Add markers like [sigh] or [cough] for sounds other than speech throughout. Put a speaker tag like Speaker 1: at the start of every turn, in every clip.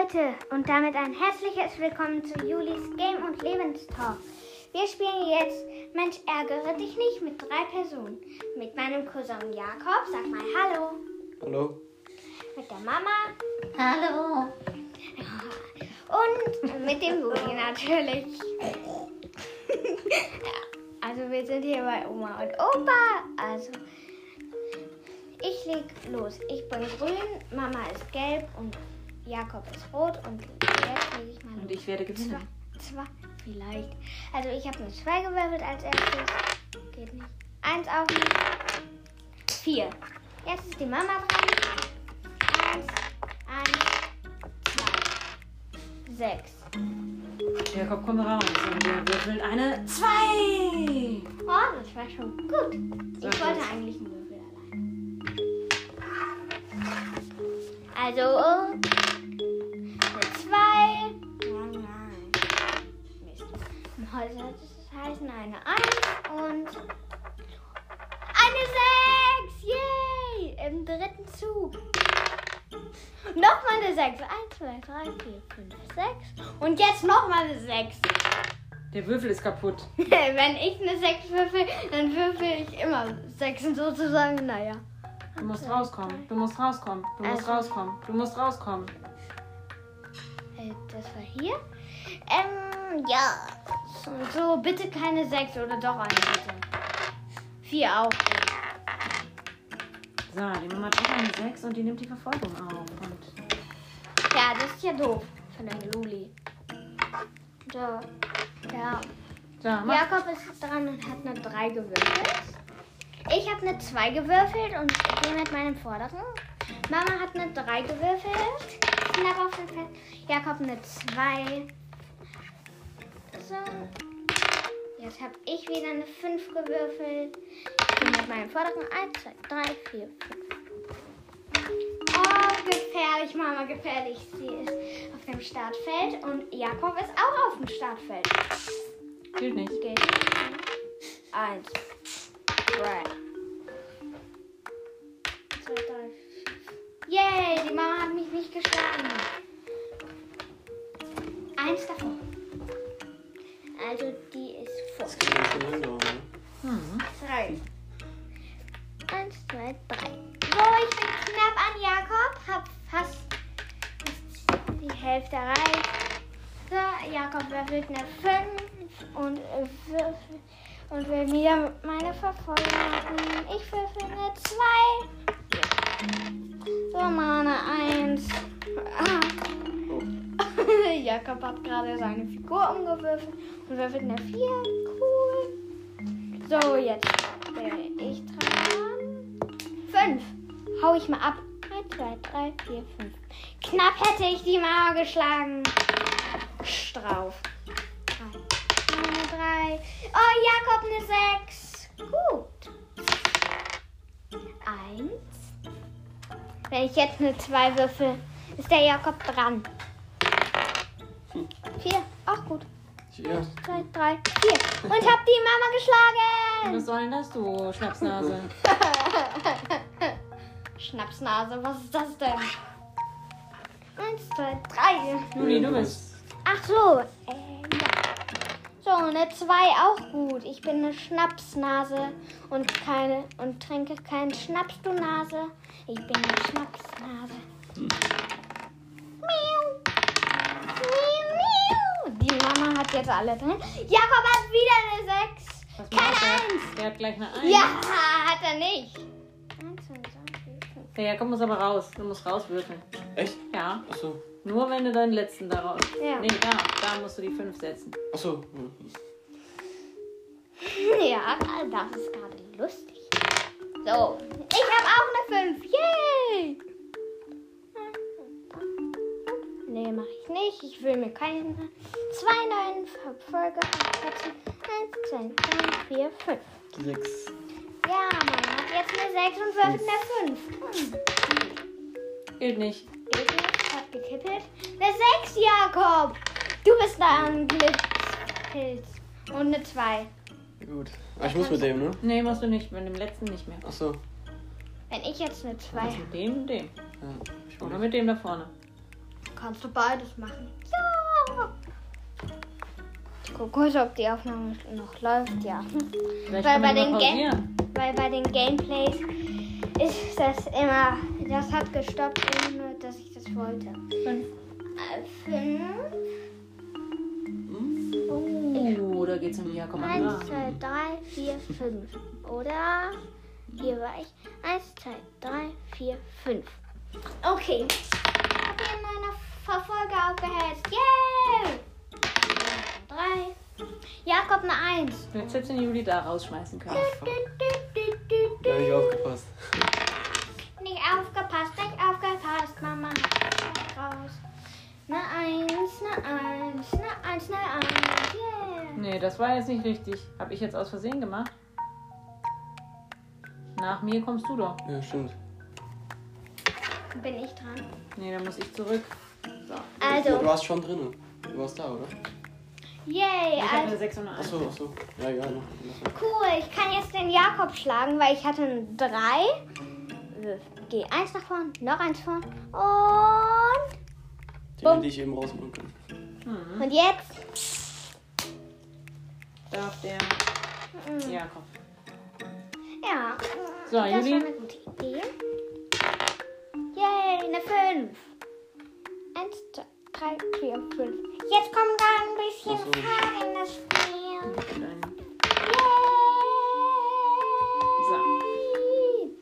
Speaker 1: Leute und damit ein herzliches Willkommen zu Julis Game und Lebenstalk. Wir spielen jetzt Mensch ärgere dich nicht mit drei Personen. Mit meinem Cousin Jakob, sag mal Hallo.
Speaker 2: Hallo?
Speaker 1: Mit der Mama
Speaker 3: Hallo.
Speaker 1: und mit dem Juli natürlich. also wir sind hier bei Oma und Opa. Also ich leg los. Ich bin grün, Mama ist gelb und Jakob ist rot und jetzt leg ich mal
Speaker 3: Und
Speaker 1: los.
Speaker 3: ich werde
Speaker 1: Zwei,
Speaker 3: gewinnen.
Speaker 1: zwei, vielleicht. Also ich habe eine 2 gewürfelt als erstes. Geht nicht. Eins auch nicht. Vier. Jetzt ist die Mama dran. Eins, eins, zwei, sechs.
Speaker 3: Jakob, komm raus. Und wir würfeln eine. Zwei!
Speaker 1: Oh, das war schon gut.
Speaker 3: Sehr
Speaker 1: ich wollte
Speaker 3: gut.
Speaker 1: eigentlich einen Würfel allein. Also, eine zwei. Nein, nein. Mist. Also, das heißt eine eins und eine sechs. Yay! Im dritten Zug. Nochmal eine sechs. Eins, zwei, drei, vier, fünf, sechs. Und jetzt nochmal eine sechs.
Speaker 3: Der Würfel ist kaputt.
Speaker 1: [laughs] Wenn ich eine 6 würfel, dann würfel ich immer 6 sozusagen. Naja.
Speaker 3: Du musst rauskommen. Du musst rauskommen. Du musst
Speaker 1: Also.
Speaker 3: rauskommen. Du musst rauskommen.
Speaker 1: Äh, Das war hier. Ähm, ja. So, so bitte keine 6 oder doch eine bitte. 4 auch.
Speaker 3: So, die Mama hat auch eine Sechs und die nimmt die Verfolgung auf. Und
Speaker 1: Ja, das ist ja doof von der Luli. So. Ja.
Speaker 3: so, mach.
Speaker 1: Jakob ist dran und hat eine 3 gewürfelt. Ich habe eine 2 gewürfelt und gehe mit meinem vorderen. Mama hat eine 3 gewürfelt. Knapp auf den Fest. Jakob eine 2. So. Jetzt habe ich wieder eine 5 gewürfelt. Ich gehe mit meinem vorderen. 1, 2, 3, 4, 5. Oh, gefährlich, Mama, gefährlich. Sie ist auf dem Startfeld und Jakob ist auch auf dem Startfeld.
Speaker 3: Gilt nicht.
Speaker 1: Geht. Eins. Drei. Zwei, drei. vier. Yay, die Mama hat mich nicht geschlagen. Eins davon. Also die ist vor.
Speaker 2: Das geht ganz schön lang dauern.
Speaker 3: Hm.
Speaker 1: Drei. Eins, zwei, drei. So, ich bin knapp an Jakob. Hab fast die Hälfte erreicht. So, Jakob würfelt eine 5 und, äh, würfel- und will wieder meine Verfolgung machen. Ich würfel eine 2. So, mal eine 1. [laughs] Jakob hat gerade seine Figur umgewürfelt und würfelt eine 4. Cool. So, jetzt bin ich dran. Fünf. Hau ich mal ab. Eins, zwei, drei, vier, fünf. Knapp hätte ich die Mauer geschlagen. Strauf. Drei. Eine drei. Oh, Jakob eine sechs. Gut. Eins. Wenn ich jetzt eine zwei würfel, ist der Jakob dran. Vier. Auch gut.
Speaker 2: Ja.
Speaker 1: Zwei, drei, vier. Und hab die Mama geschlagen.
Speaker 3: Was soll denn das, du Schnapsnase?
Speaker 1: Schnapsnase, was ist das denn? Eins, zwei, drei.
Speaker 3: Juli, du bist.
Speaker 1: Ach so. Äh, ja. So, eine zwei auch gut. Ich bin eine Schnapsnase und keine und trinke keinen Schnaps, du Nase. Ich bin eine Schnapsnase. Miau. Miau, miau. Die Mama hat jetzt alle drin. Jakob hat wieder eine sechs.
Speaker 3: Was
Speaker 1: Keine
Speaker 3: macht
Speaker 1: Angst.
Speaker 3: der? Der hat gleich eine Eins.
Speaker 1: Ja, hat er nicht. Eins, zwei, drei, vier, fünf.
Speaker 3: Der Jakob muss aber raus. Du musst rauswürfeln.
Speaker 2: Echt?
Speaker 3: Ja.
Speaker 2: Achso.
Speaker 3: Nur wenn du deinen letzten da raus.
Speaker 1: Ja.
Speaker 3: Nee, da. Da musst du die fünf setzen.
Speaker 2: Achso.
Speaker 1: Ja, das ist gerade lustig. So, ich habe auch eine 5. Yay! Nee, mache ich nicht. Ich will mir keine zwei neuen Verfolger absetzen. Eins, zwei, drei, vier, fünf.
Speaker 2: Sechs.
Speaker 1: Ja, man hat jetzt eine 6 und wirft eine 5. Hm.
Speaker 3: Gilt nicht.
Speaker 1: Geht nicht, hat gekippelt. Eine 6, Jakob. Du bist da ein Blitzpilz. Und eine 2.
Speaker 2: Gut. Ah, ich muss mit dem, ne?
Speaker 3: Nee, machst du nicht. Mit dem letzten nicht mehr.
Speaker 2: Achso.
Speaker 1: Wenn ich jetzt eine 2
Speaker 3: Also mit dem, dem.
Speaker 2: Ja. Ich
Speaker 3: Oder
Speaker 2: bin
Speaker 3: mit dem da vorne.
Speaker 1: Kannst du beides machen. Ja! Ich gucke kurz, ob die Aufnahme noch läuft. Ja. [laughs]
Speaker 3: Vielleicht
Speaker 1: Weil
Speaker 3: können
Speaker 1: bei
Speaker 3: wir
Speaker 1: den
Speaker 3: mal
Speaker 1: Gästen-
Speaker 3: pausieren.
Speaker 1: Weil bei den Gameplays ist das immer. Das hat gestoppt, ohne dass ich das wollte. Äh, Fünf,
Speaker 3: Oh, da geht's um die Jakob an.
Speaker 1: eins, zwei, drei, vier, fünf. Oder? Hier war ich. Eins, zwei, drei, vier, fünf. Okay. Ich habe hier meine Verfolger aufgehetzt. Yay! Drei. Jakob eine Eins.
Speaker 3: Jetzt hättest du den Juli da rausschmeißen können.
Speaker 1: Du, du, du, du, du.
Speaker 2: Gar nicht aufgepasst.
Speaker 1: Nicht aufgepasst, nicht aufgepasst, Mama. Raus. Ne Eins, ne Eins, ne Eins, ne Eins. Yeah.
Speaker 3: Nee, das war jetzt nicht richtig. Hab ich jetzt aus Versehen gemacht? Nach mir kommst du doch.
Speaker 2: Ja, stimmt.
Speaker 1: Bin ich dran.
Speaker 3: Nee, dann muss ich zurück. So.
Speaker 1: Also.
Speaker 2: Du warst schon drin. Du warst da, oder?
Speaker 1: Yay,
Speaker 3: Ich hatte
Speaker 1: also
Speaker 3: 6 und eine
Speaker 2: Achso,
Speaker 3: 1.
Speaker 2: achso. Ja, egal. ne? Noch.
Speaker 1: cool. Ich kann jetzt den Jakob schlagen, weil ich hatte ein 3. Geh eins nach vorn, noch eins vorn. Und.
Speaker 2: Die hätte ich eben rausholen können.
Speaker 3: Hm.
Speaker 1: Und jetzt.
Speaker 3: Darf der
Speaker 1: Mhm.
Speaker 3: Jakob.
Speaker 1: Ja.
Speaker 3: So,
Speaker 1: das
Speaker 3: Juli.
Speaker 1: war eine gute Idee. Yay, eine 5. 1, 2, 3, 4, 5. Jetzt kommt da ein bisschen
Speaker 2: Ach so.
Speaker 1: Fahrt in das Spiel.
Speaker 3: Dann- So.
Speaker 1: Yay!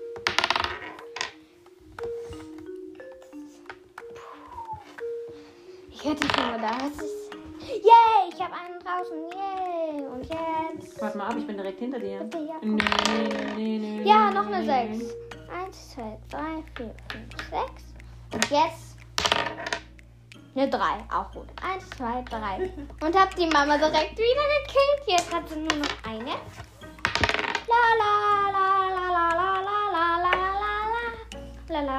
Speaker 1: Ich hätte schon gedacht, das ist... Yay, ich habe einen draußen. Yay, und jetzt...
Speaker 3: Warte mal ab, ich bin direkt hinter dir.
Speaker 1: Bitte, Jakob.
Speaker 3: Nee, nee, nee, nee, nee,
Speaker 1: Ja, noch eine
Speaker 3: nee, nee,
Speaker 1: 6. 1, 2, 3, 4, 5, 6. Und jetzt eine 3. Auch gut. 1, 2, 3. Und hab die Mama direkt wieder gekillt. Jetzt hat sie nur noch eine. La la la la la la la la la la la la la la la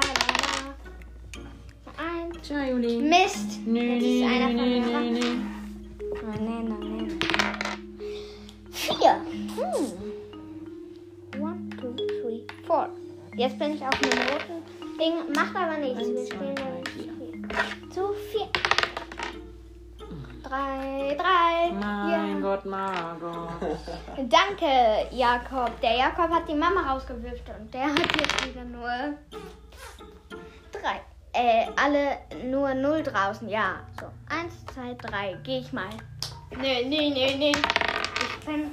Speaker 1: Eins.
Speaker 3: nee. Tja, Juli.
Speaker 1: Mist.
Speaker 3: Nee,
Speaker 1: Jetzt ist
Speaker 3: nee,
Speaker 1: einer von
Speaker 3: nee,
Speaker 1: mir
Speaker 3: nee,
Speaker 1: dran.
Speaker 3: nee.
Speaker 1: Nein, nein, nein. Vier. Hm. One, two, three, four. Jetzt bin ich auf einem roten Ding. Macht aber nichts. Wir
Speaker 3: Eins, zwei,
Speaker 1: spielen
Speaker 3: drei,
Speaker 1: das Spiel. Zu vier. Drei, drei.
Speaker 3: Mein
Speaker 1: Ja.
Speaker 3: Gott, Margot.
Speaker 1: Danke, Jakob. Der Jakob hat die Mama rausgewirft und der hat jetzt wieder nur drei. Äh, alle nur null draußen, ja. So, eins, zwei, drei. Geh ich mal. Nee, nee, nee, nee. Ich bin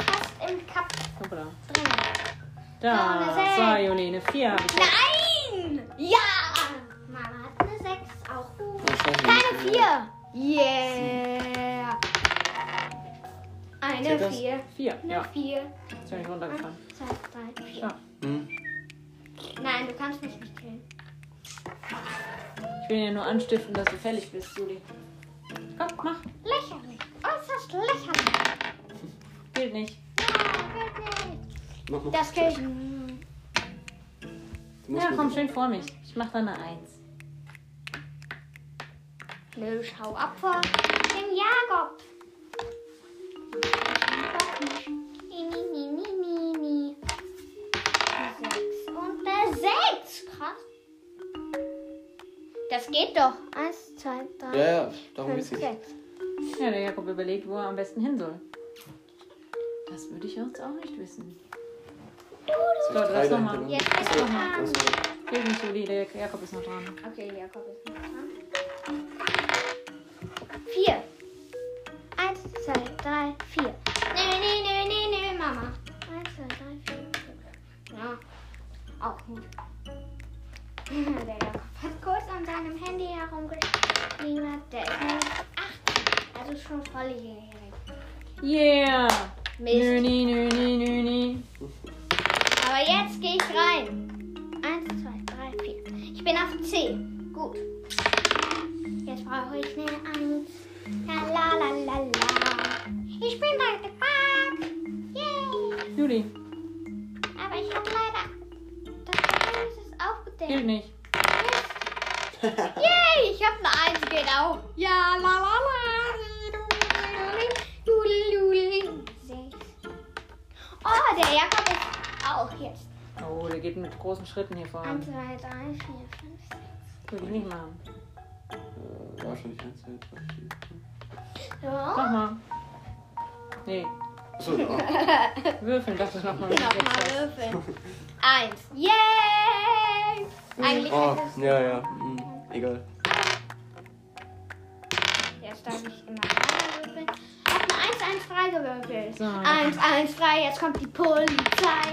Speaker 1: fast im Cup
Speaker 3: Hoppla.
Speaker 1: drin. So, eine
Speaker 3: Da,
Speaker 1: Sechs.
Speaker 3: so, Juli, eine 4 habe ich.
Speaker 1: Nein! Ja! Mama hat eine sechs, auch gut.
Speaker 2: Das heißt,
Speaker 1: Keine vier. Yeah.
Speaker 2: Zählt
Speaker 1: Eine
Speaker 2: das?
Speaker 1: vier.
Speaker 3: 4,
Speaker 1: Eine
Speaker 3: ja.
Speaker 1: vier.
Speaker 3: Jetzt bin ich
Speaker 1: Eins,
Speaker 3: runtergefahren.
Speaker 1: zwei, drei, vier.
Speaker 3: Ja.
Speaker 2: Hm.
Speaker 1: Nein, du kannst mich nicht killen.
Speaker 3: Ich will dir nur anstiften, dass du fällig bist, Juli. Komm, mach.
Speaker 1: Lächerlich. Äußerst lächerlich.
Speaker 3: Gilt nicht.
Speaker 1: Ja, geht nicht.
Speaker 2: Mach mal.
Speaker 1: Das gilt. nicht.
Speaker 2: Du musst
Speaker 3: Ja,
Speaker 2: mit-
Speaker 3: komm schön vor mich. Ich mach dann eine 1.
Speaker 1: Nö, schau ab vor dem Jakob. Ni, ni, ni, ni, ni, ni. Die Sechs und der Sechs. Krass. Das geht doch. Eins, zwei, drei.
Speaker 2: Ja, ja, darum
Speaker 1: fünf,
Speaker 2: geht's nicht.
Speaker 1: sechs.
Speaker 3: Ja, der Jakob überlegt, wo er am besten hin soll. Das würde ich jetzt auch nicht wissen. So,
Speaker 2: Drei
Speaker 3: das
Speaker 2: dahinter,
Speaker 3: nochmal.
Speaker 2: ne?
Speaker 1: Jetzt bist du dran. [laughs]
Speaker 2: Das war-
Speaker 3: Gilt nicht, Juli. Der Jakob ist noch dran.
Speaker 1: Okay, Jakob ist noch dran. Vier. Eins, zwei, drei, vier. Nee, nee, nee, nee, nee, Mama. Eins, zwei, drei, vier, fünf. Ja, auch gut. [laughs] Der Jakob hat kurz an seinem Handy herumgeschlimmert. Der ist nämlich 18, also schon volljährig.
Speaker 3: Yeah! Nö,
Speaker 1: Mist.
Speaker 3: nö, nö, nö, nö, nö.
Speaker 1: Aber jetzt gehe ich rein. Eins, zwei, drei, vier. Ich bin auf C. Gut. Jetzt brauche ich eine Eins. La la la la la. Ich bin bei der Bank. Yay.
Speaker 3: Juli,
Speaker 1: Aber ich habe leider das Geheimnis ist
Speaker 3: gilt
Speaker 1: aufgedeckt.
Speaker 3: nicht.
Speaker 2: Äh,
Speaker 1: Yay, ich habe eine Eins, geht auch. Ja, la la la. Dudeli, dudeli, dudeli. Sechs. Oh, der Jakob ist auch jetzt.
Speaker 3: Oh, der geht mit großen Schritten hier voran.
Speaker 1: Eins, zwei, drei, vier, fünf,
Speaker 3: Würde ich nicht machen.
Speaker 2: Äh, war schon die ganze Zeit.
Speaker 1: Ja.
Speaker 3: Nochmal. Nee,
Speaker 2: Achso, ja.
Speaker 3: würfeln darfst du nochmal.
Speaker 1: Genau, mal würfeln. Eins. Yay! Eigentlich
Speaker 2: Oh,
Speaker 1: hätte es-
Speaker 2: ja, ja. Mhm. Egal.
Speaker 1: Jetzt darf ich immer würfeln. Hab eine 1, 1 freigewürfelt.
Speaker 3: So, ja.
Speaker 1: 1, 1 frei, jetzt kommt die Polizei.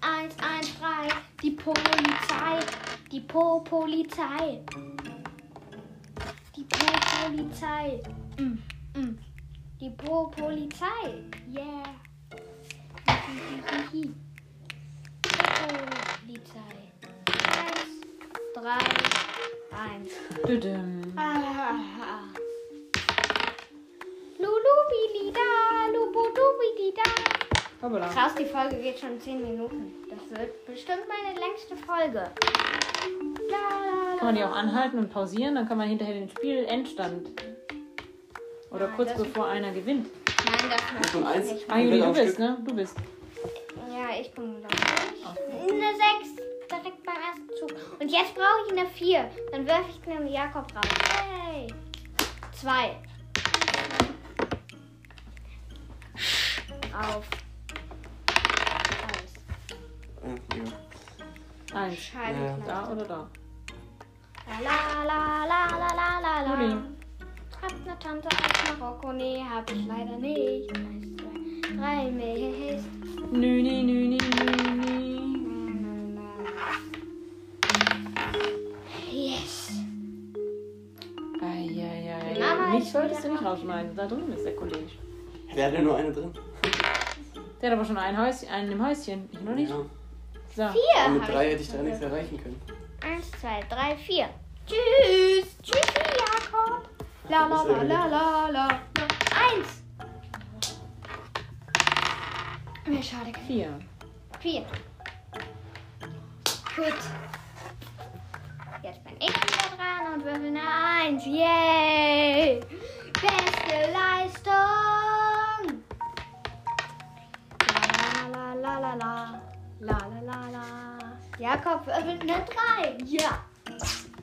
Speaker 1: 1, 1 frei, die Polizei. Die Po-Polizei. Die Po-Polizei. Mm, mm. Die Po-Polizei. Yeah. Hi, hi, hi, hi, hi. Po-Polizei. 1, 3, 1.
Speaker 3: Düdüm.
Speaker 1: Ah. Lulubidida, lubudubidida.
Speaker 3: Hoppala.
Speaker 1: Krass, die Folge geht schon 10 Minuten. Das wird bestimmt meine längste Folge. La, la, la.
Speaker 3: Kann man die auch anhalten und pausieren, dann kann man hinterher den Spielendstand. Oder
Speaker 1: Nein,
Speaker 3: kurz
Speaker 1: das-
Speaker 3: bevor einer gewinnt.
Speaker 1: Nein, das
Speaker 2: Schon
Speaker 1: mache ich
Speaker 2: eins?
Speaker 1: nicht.
Speaker 3: Eigentlich du
Speaker 2: am
Speaker 3: bist,
Speaker 2: Stück?
Speaker 3: ne? Du bist.
Speaker 1: Ja, ich bin da. Eine 6, direkt beim ersten Zug. Und jetzt brauche ich eine 4. Dann werfe ich den Jakob raus. Hey. Zwei. Auf. Alles.
Speaker 2: Äh, egal.
Speaker 3: Eins.
Speaker 1: Scheibe.
Speaker 2: Ja.
Speaker 1: knallt.
Speaker 3: Da oder da?
Speaker 1: La la la la la la la la.
Speaker 3: Juli.
Speaker 1: Hab ne Tante aus Marokko, nee, hab ich leider nicht. Eins, zwei, drei, Mist.
Speaker 3: Nü, nü, nü, nü, nü, nü.
Speaker 1: Yes. Mama,
Speaker 3: Eieiei.
Speaker 1: ich
Speaker 3: Mich solltest du
Speaker 1: will
Speaker 3: nicht
Speaker 1: da-
Speaker 3: rausschneiden. Da drüben ist der Kollege.
Speaker 2: Der hat ja nur eine drin.
Speaker 3: Der hat aber schon ein Häuschen, einen im Häuschen. Ich noch nicht.
Speaker 2: Ja.
Speaker 3: So.
Speaker 1: Vier.
Speaker 2: Und mit
Speaker 1: hab
Speaker 2: drei hätte ich da
Speaker 1: gesagt.
Speaker 2: nichts erreichen können.
Speaker 1: Eins, zwei, drei, vier. Tschüss. Tschüss, Jakob. La la la la la la. la. Eins. Mir schade.
Speaker 3: Vier.
Speaker 1: Vier. Gut. Jetzt bin ich wieder dran und würfel eine Eins. Yay! Beste Leistung! La la la la la. La la la la. Jakob würfelt eine Drei. Ja.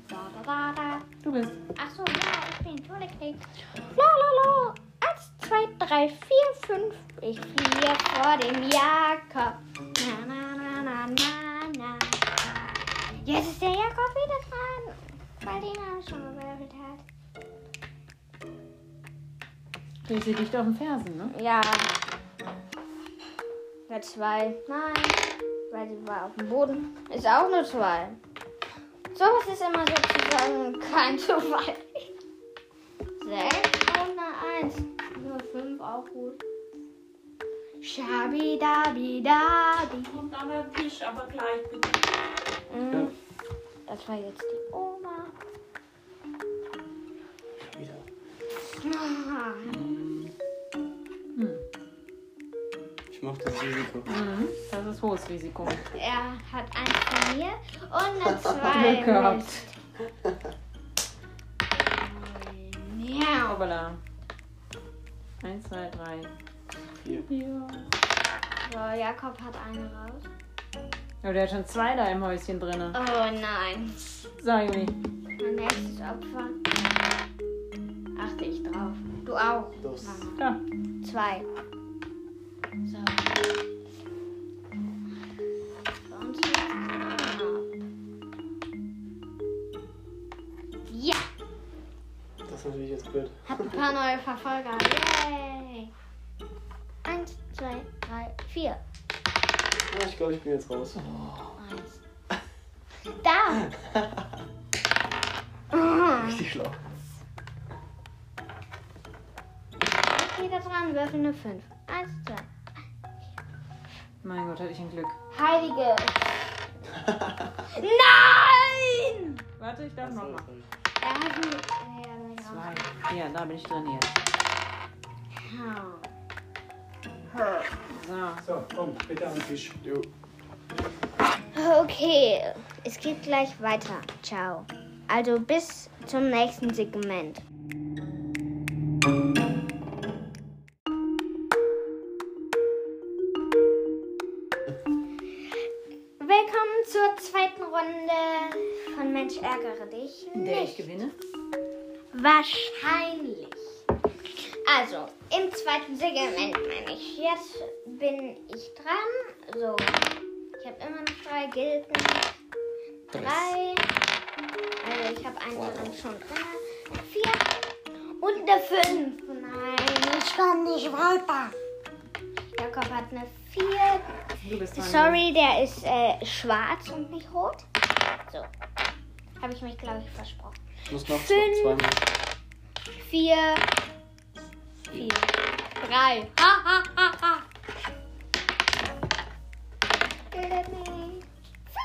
Speaker 1: Da da da da.
Speaker 3: Du bist.
Speaker 1: Achso, ja, ich bin Todekrieg. La la la. Eins, zwei, drei, vier, fünf. Ich fliehe vor dem Jakob. Na na na na na na. Jetzt ist der Jakob wieder dran. Weil den er schon gewürfelt hat.
Speaker 3: Du bist hier dicht auf den Fersen, ne?
Speaker 1: Ja. Eine zwei. Nein. Weil sie war auf dem Boden. Ist auch nur zwei. Sowas ist immer sozusagen kein [laughs] Zufall. Sechs und eine Eins. Nur fünf auch gut. Shabi dabi dabi.
Speaker 4: Und dann der Tisch aber gleich bitte.
Speaker 1: Mhm. Das war jetzt die Oma. [laughs]
Speaker 2: Wieder.
Speaker 1: Ah,
Speaker 2: Ich mach das Risiko.
Speaker 3: Mhm. Das ist hohes Risiko.
Speaker 1: Er hat eins von mir und eine zwei.
Speaker 3: [laughs] Glück gehabt.
Speaker 1: Ja,
Speaker 3: Hoppala. Eins, zwei, drei.
Speaker 2: Vier.
Speaker 3: Ja.
Speaker 1: so, Jakob hat eine raus.
Speaker 3: Oh, der hat schon zwei da im Häuschen drin.
Speaker 1: Oh nein.
Speaker 3: Sag mir.
Speaker 1: Mein nächstes Opfer. Achte ich drauf. Du auch.
Speaker 2: Los.
Speaker 3: Da.
Speaker 1: Zwei. So. Und ja,
Speaker 2: Das ist natürlich jetzt blöd.
Speaker 1: hab
Speaker 2: [laughs]
Speaker 1: ein paar neue Verfolger. Yay! Eins, zwei, drei, vier.
Speaker 2: Ja, ich glaube, ich bin jetzt raus.
Speaker 1: Eins. Da!
Speaker 2: [laughs] Richtig schlau.
Speaker 1: Wieder dran, würfel eine fünf. Eins, zwei.
Speaker 3: Mein Gott, hatte ich ein Glück.
Speaker 1: Heilige. Nein!
Speaker 3: Warte, ich darf
Speaker 2: So,
Speaker 3: nochmal.
Speaker 2: sorry.
Speaker 1: Er hat mich. Ja, naja.
Speaker 3: Zwei. Ja, da bin ich dran jetzt. So.
Speaker 5: So, komm, bitte an den Tisch.
Speaker 2: Jo.
Speaker 1: Okay, es geht gleich weiter. Ciao. Also bis zum nächsten Segment. Willkommen zur zweiten Runde von Mensch ärgere dich
Speaker 3: In der
Speaker 1: nicht.
Speaker 3: ich gewinne?
Speaker 1: Wahrscheinlich. Also, im zweiten Segment meine ich. Jetzt bin ich dran. So, ich habe immer noch drei Gilden. Drei. Also, ich habe einen drin, schon drin. Vier. Und eine Fünf. Nein, ich komme nicht weiter. Jakob hat eine Vier.
Speaker 3: Du bist dran.
Speaker 1: Sorry, der ist äh, schwarz und nicht rot. So, habe ich mich, glaube ich, versprochen.
Speaker 2: Ich muss noch
Speaker 1: Fünf.
Speaker 2: zwei Minuten.
Speaker 1: Vier. Vier. Drei. Ha, ha, ha, ha.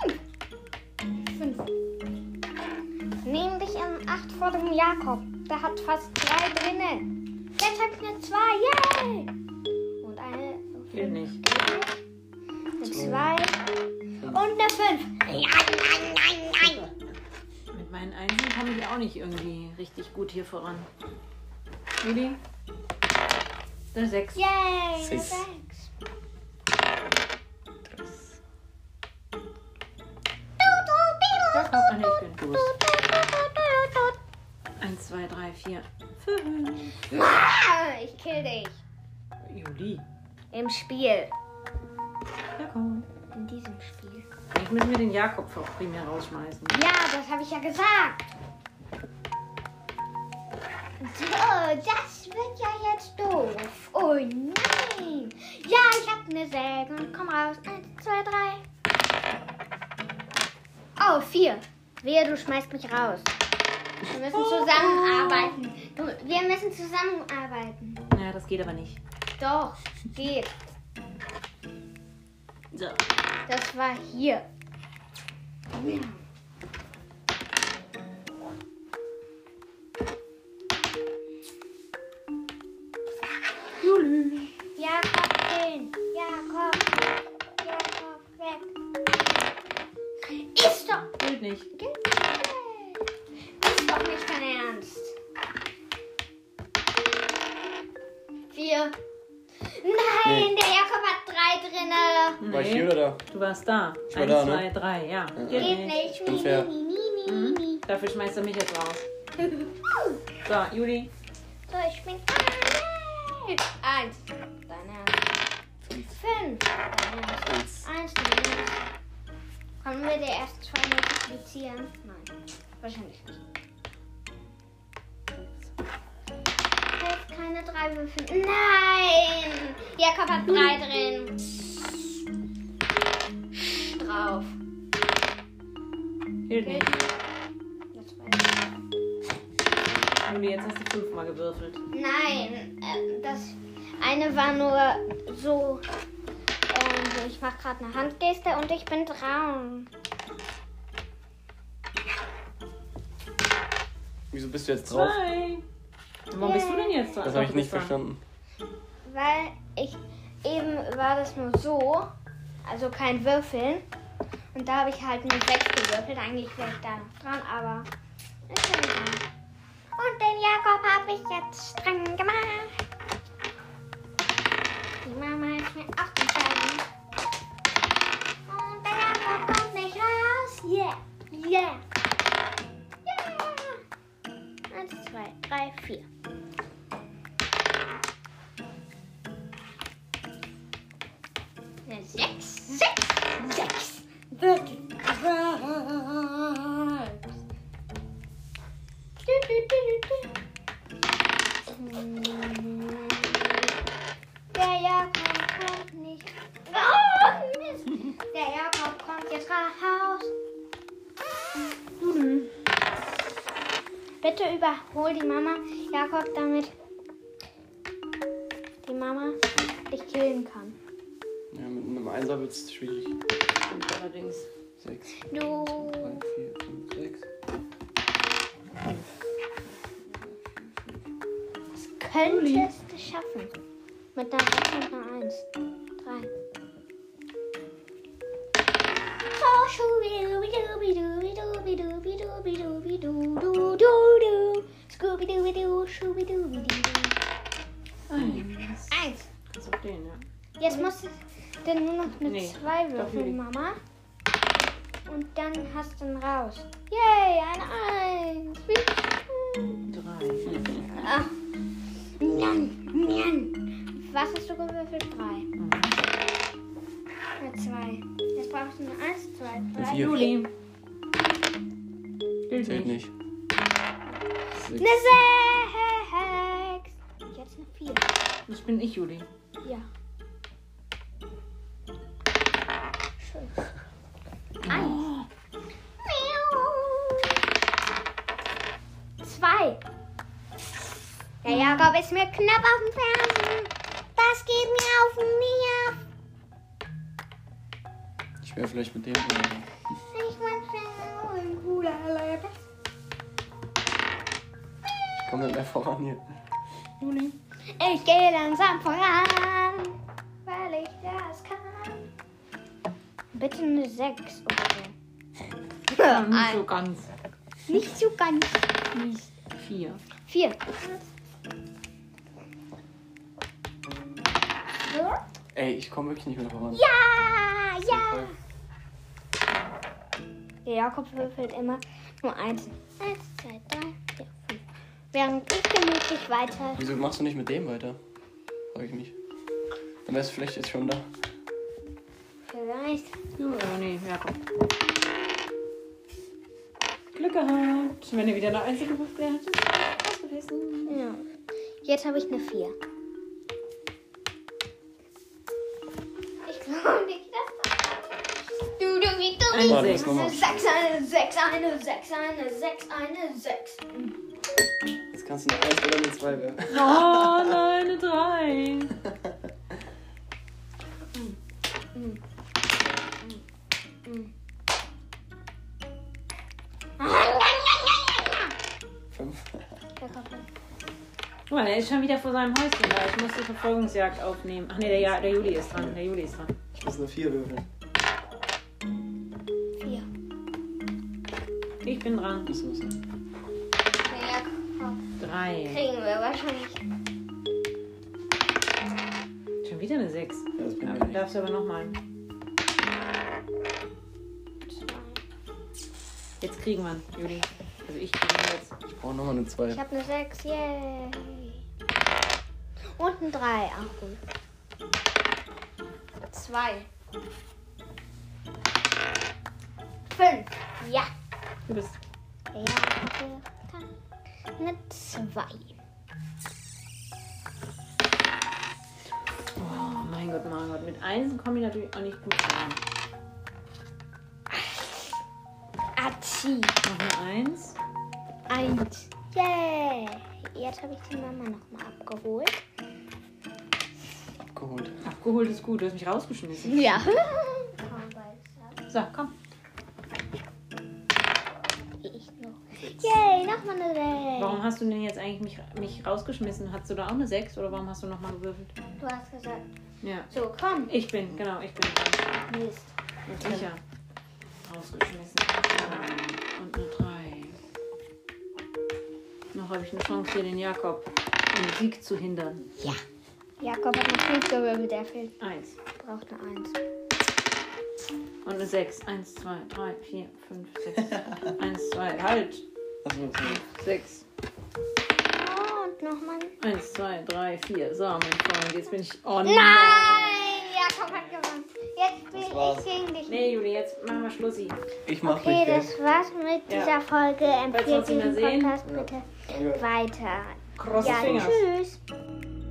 Speaker 1: Fünf. Fünf. Nehm dich in Acht vor dem Jakob. Der hat fast drei drinnen. Jetzt hat mir zwei. Yay! Und eine.
Speaker 3: Geht nicht.
Speaker 1: Eine zwei. Und eine fünf. Nein, nein, nein, nein.
Speaker 3: Mit meinen Einsen komme ich auch nicht irgendwie richtig gut hier voran. Juli? Der sechs.
Speaker 1: Yay! eine
Speaker 2: Sechs.
Speaker 1: Sechs.
Speaker 3: Da kommt man nicht hin.
Speaker 2: Du bist
Speaker 3: Eins, zwei, drei, vier, fünf.
Speaker 1: Ah, Ich kill dich.
Speaker 3: Juli,
Speaker 1: Im Spiel.
Speaker 3: da komm.
Speaker 1: In diesem Spiel.
Speaker 3: Eigentlich müssen wir den Jakob vor- primär rausschmeißen.
Speaker 1: Ja, das habe ich ja gesagt. So, das wird ja jetzt doof. Oh nein. Ja, ich habe eine Säge. Komm raus. Eins, zwei, drei. Oh, vier. Wehe, du schmeißt mich raus. Wir müssen zusammenarbeiten. Du, wir müssen zusammenarbeiten.
Speaker 3: Naja, das geht aber nicht.
Speaker 1: Doch, geht.
Speaker 3: So.
Speaker 1: Das war hier. Jakob hin, Jakob, Jakob weg. Ist doch,
Speaker 3: Gilt nicht.
Speaker 1: ist doch nicht dein Ernst. Vier. Nein,
Speaker 2: Nee.
Speaker 1: der Jakob hat drei drinne.
Speaker 2: War ich hier oder da?
Speaker 3: Du warst da.
Speaker 2: Ich war
Speaker 3: Eins,
Speaker 2: da, ne?
Speaker 3: zwei, drei, ja. Geht
Speaker 1: Geht
Speaker 3: nicht.
Speaker 1: nicht.
Speaker 2: Unfair.
Speaker 1: Mi, mi, mi, mi, mi, mi.
Speaker 3: Mhm. Dafür schmeißt er mich jetzt raus. So, Juli.
Speaker 1: So, ich bin. Ah, yay. Eins. Dein Ernst. Fünf. Dein Ernst. Eins.
Speaker 2: Eins.
Speaker 1: Dein Ernst. Können wir die ersten zwei multiplizieren? Nein. Wahrscheinlich nicht. Hilft keine drei Würfel. Nein! Jakob hat drei drin. Drauf.
Speaker 3: Gilt nicht.
Speaker 1: Jetzt weiß ich.
Speaker 3: Juli, jetzt hast du fünfmal gewürfelt.
Speaker 1: Nein, äh, das eine war nur so. Ähm, so, ich mache gerade eine Handgeste und ich bin dran.
Speaker 2: Wieso bist du jetzt drauf?
Speaker 3: Zwei. Warum bist du denn jetzt dran?
Speaker 2: Das habe ich
Speaker 3: Doch, du
Speaker 2: nicht
Speaker 3: bist dran.
Speaker 2: verstanden.
Speaker 1: Weil ich eben war das nur so, also kein Würfeln. Und da habe ich halt nur sechs gewürfelt. Eigentlich wäre ich da noch dran, aber ich bin dran. Und den Jakob habe ich jetzt dran gemacht. Die Mama ist mir auch gefallen. Und der Jakob kommt nicht raus. Yeah, yeah. Yeah. Eins, zwei, drei, vier. Eine Sechs, sechs, sechs. Wirklich. Du, du, du, du, du. Hm. Der Jakob kommt nicht. Oh, Mist. Der Jakob kommt jetzt raus. Bitte überhol die Mama Jakob, damit die Mama dich killen kann.
Speaker 2: Ja, mit einem Einser wird es schwierig.
Speaker 3: Stimmt allerdings.
Speaker 2: Sechs,
Speaker 1: Du.
Speaker 2: drei, vier, fünf, sechs.
Speaker 1: könntest es schaffen. Mit einer 6 und einer 1. 3.
Speaker 3: Eins.
Speaker 1: Eins.
Speaker 3: Kannst auch den, ja.
Speaker 1: Jetzt musst du dann nur noch mit
Speaker 3: Nee,
Speaker 1: zwei
Speaker 3: nicht.
Speaker 1: würfeln, Mama. Und dann hast du ihn raus. Yay, eine Eins. Wie-
Speaker 3: Drei.
Speaker 1: Ah. Nyan, nyan. Was hast du gewürfelt? Drei. Mit zwei. Jetzt brauchst du nur eins, zwei, drei.
Speaker 2: vier.
Speaker 3: Juli. Gilt
Speaker 2: Zählt
Speaker 3: nicht.
Speaker 2: nicht. Sechs.
Speaker 1: Eine sechs. Und jetzt eine vier.
Speaker 3: Das bin ich, Juli.
Speaker 1: Ja. Schön. Eins. Miau. Zwei. Der Jakob ist mir knapp auf dem Fersen. Das geht mir auf den Nerv.
Speaker 2: Ich wäre vielleicht mit dem. oder
Speaker 1: Ich mein Fersen ein cooler Leib.
Speaker 2: Ich komme nicht mehr voran hier.
Speaker 3: Juli.
Speaker 1: Ich gehe langsam voran, weil ich das kann. Bitte eine sechs oder so.
Speaker 3: Ja, nicht so
Speaker 1: Ein-
Speaker 3: ganz.
Speaker 1: Nicht so ganz.
Speaker 3: Nicht vier.
Speaker 1: Vier.
Speaker 2: Ey, ich komme wirklich nicht mehr voran.
Speaker 1: Ja, ja. Der Jakob würfelt immer nur eins. Eins, zwei, drei, vier, fünf. Während ich gemütlich weiter.
Speaker 2: Wieso machst du nicht mit dem weiter? Frag ich mich. Dann wärst du vielleicht jetzt schon da.
Speaker 1: Vielleicht.
Speaker 3: Juli, oh nee, Jakob. Glück gehabt. Wenn ihr wieder eine einzige Buchstabe hättet, was gewesen.
Speaker 1: Ja. Jetzt habe ich eine 4. Ich glaube nicht, dass das. Du, du, wie du,
Speaker 3: Eine
Speaker 1: wie.
Speaker 3: Sechs.
Speaker 1: Eine 6, eine 6, eine 6, eine 6, eine 6.
Speaker 2: Jetzt kannst du eine 1 oder eine 2 werden.
Speaker 3: Oh nein, eine drei.
Speaker 2: [laughs] Fünf.
Speaker 3: Guck mal, der ist schon wieder vor seinem Häuschen da. Ich muss die Verfolgungsjagd aufnehmen. Ach nee, der, ja, der Juli ist dran. Der Juli ist dran.
Speaker 2: Ich muss eine 4 würfeln.
Speaker 1: 4.
Speaker 3: Ich bin dran.
Speaker 2: Muss muss.
Speaker 1: Ja, komm,
Speaker 3: Drei.
Speaker 1: kriegen wir wahrscheinlich.
Speaker 3: Schon wieder eine sechs.
Speaker 2: Ja, das bringt
Speaker 3: Ja,
Speaker 2: mir nichts.
Speaker 3: darfst du aber nochmal. Jetzt kriegen wir ihn, Juli. Also ich kriege ihn jetzt.
Speaker 2: Ich brauche nochmal eine 2.
Speaker 1: Ich habe eine 6, yay. Und ein 3, auch gut. 2. 5. Ja.
Speaker 3: Du bist.
Speaker 1: Ja, okay. Eine 2.
Speaker 3: Oh mein Gott, mein Gott. Mit eins komme ich natürlich auch nicht gut dran.
Speaker 1: Achi.
Speaker 3: Noch eine eins.
Speaker 1: 1. Yay. Jetzt habe ich die Mama nochmal abgeholt.
Speaker 2: Abgeholt.
Speaker 3: Abgeholt ist gut. Du hast mich rausgeschmissen.
Speaker 1: Ja.
Speaker 3: So, komm.
Speaker 1: [laughs] Ich noch. Yay, nochmal eine
Speaker 3: Warum hast du denn jetzt eigentlich mich, mich rausgeschmissen? Hattest du da auch eine sechs oder warum hast du nochmal gewürfelt?
Speaker 1: 6. Du hast gesagt,
Speaker 3: Ja.
Speaker 1: so komm.
Speaker 3: Ich bin, genau, ich bin dran.
Speaker 1: Mist.
Speaker 3: Und sicher. Rausgeschmissen. Und eine 3. Noch habe ich eine Chance, hier den Jakob den Sieg zu hindern.
Speaker 1: Jakob hat noch 5 gewürfelt, der Film
Speaker 3: Eins.
Speaker 1: braucht eine 1.
Speaker 3: Und eine 6. Eins, zwei, drei, vier, fünf, [laughs] sechs. Eins, zwei, halt.
Speaker 2: Achso, so.
Speaker 3: Sechs.
Speaker 1: Oh, und nochmal.
Speaker 3: Eins, zwei, drei, vier. So, mein Freund, jetzt bin ich on.
Speaker 1: Nein, Jakob hat gewonnen. Jetzt
Speaker 2: Das
Speaker 1: bin ich
Speaker 2: war's.
Speaker 1: gegen dich.
Speaker 3: Nee, Juli, jetzt machen wir Schlussi.
Speaker 2: Ich mach
Speaker 1: Okay,
Speaker 2: mich gell?
Speaker 1: das war's mit
Speaker 3: Ja.
Speaker 1: dieser Folge.
Speaker 3: Falls wir
Speaker 1: Empfehlt
Speaker 3: uns nicht mehr
Speaker 1: diesen
Speaker 3: sehen.
Speaker 1: Podcast
Speaker 2: Ja.
Speaker 1: bitte
Speaker 2: Danke.
Speaker 1: weiter.
Speaker 3: Cross
Speaker 1: Ja,
Speaker 3: fingers.
Speaker 1: tschüss.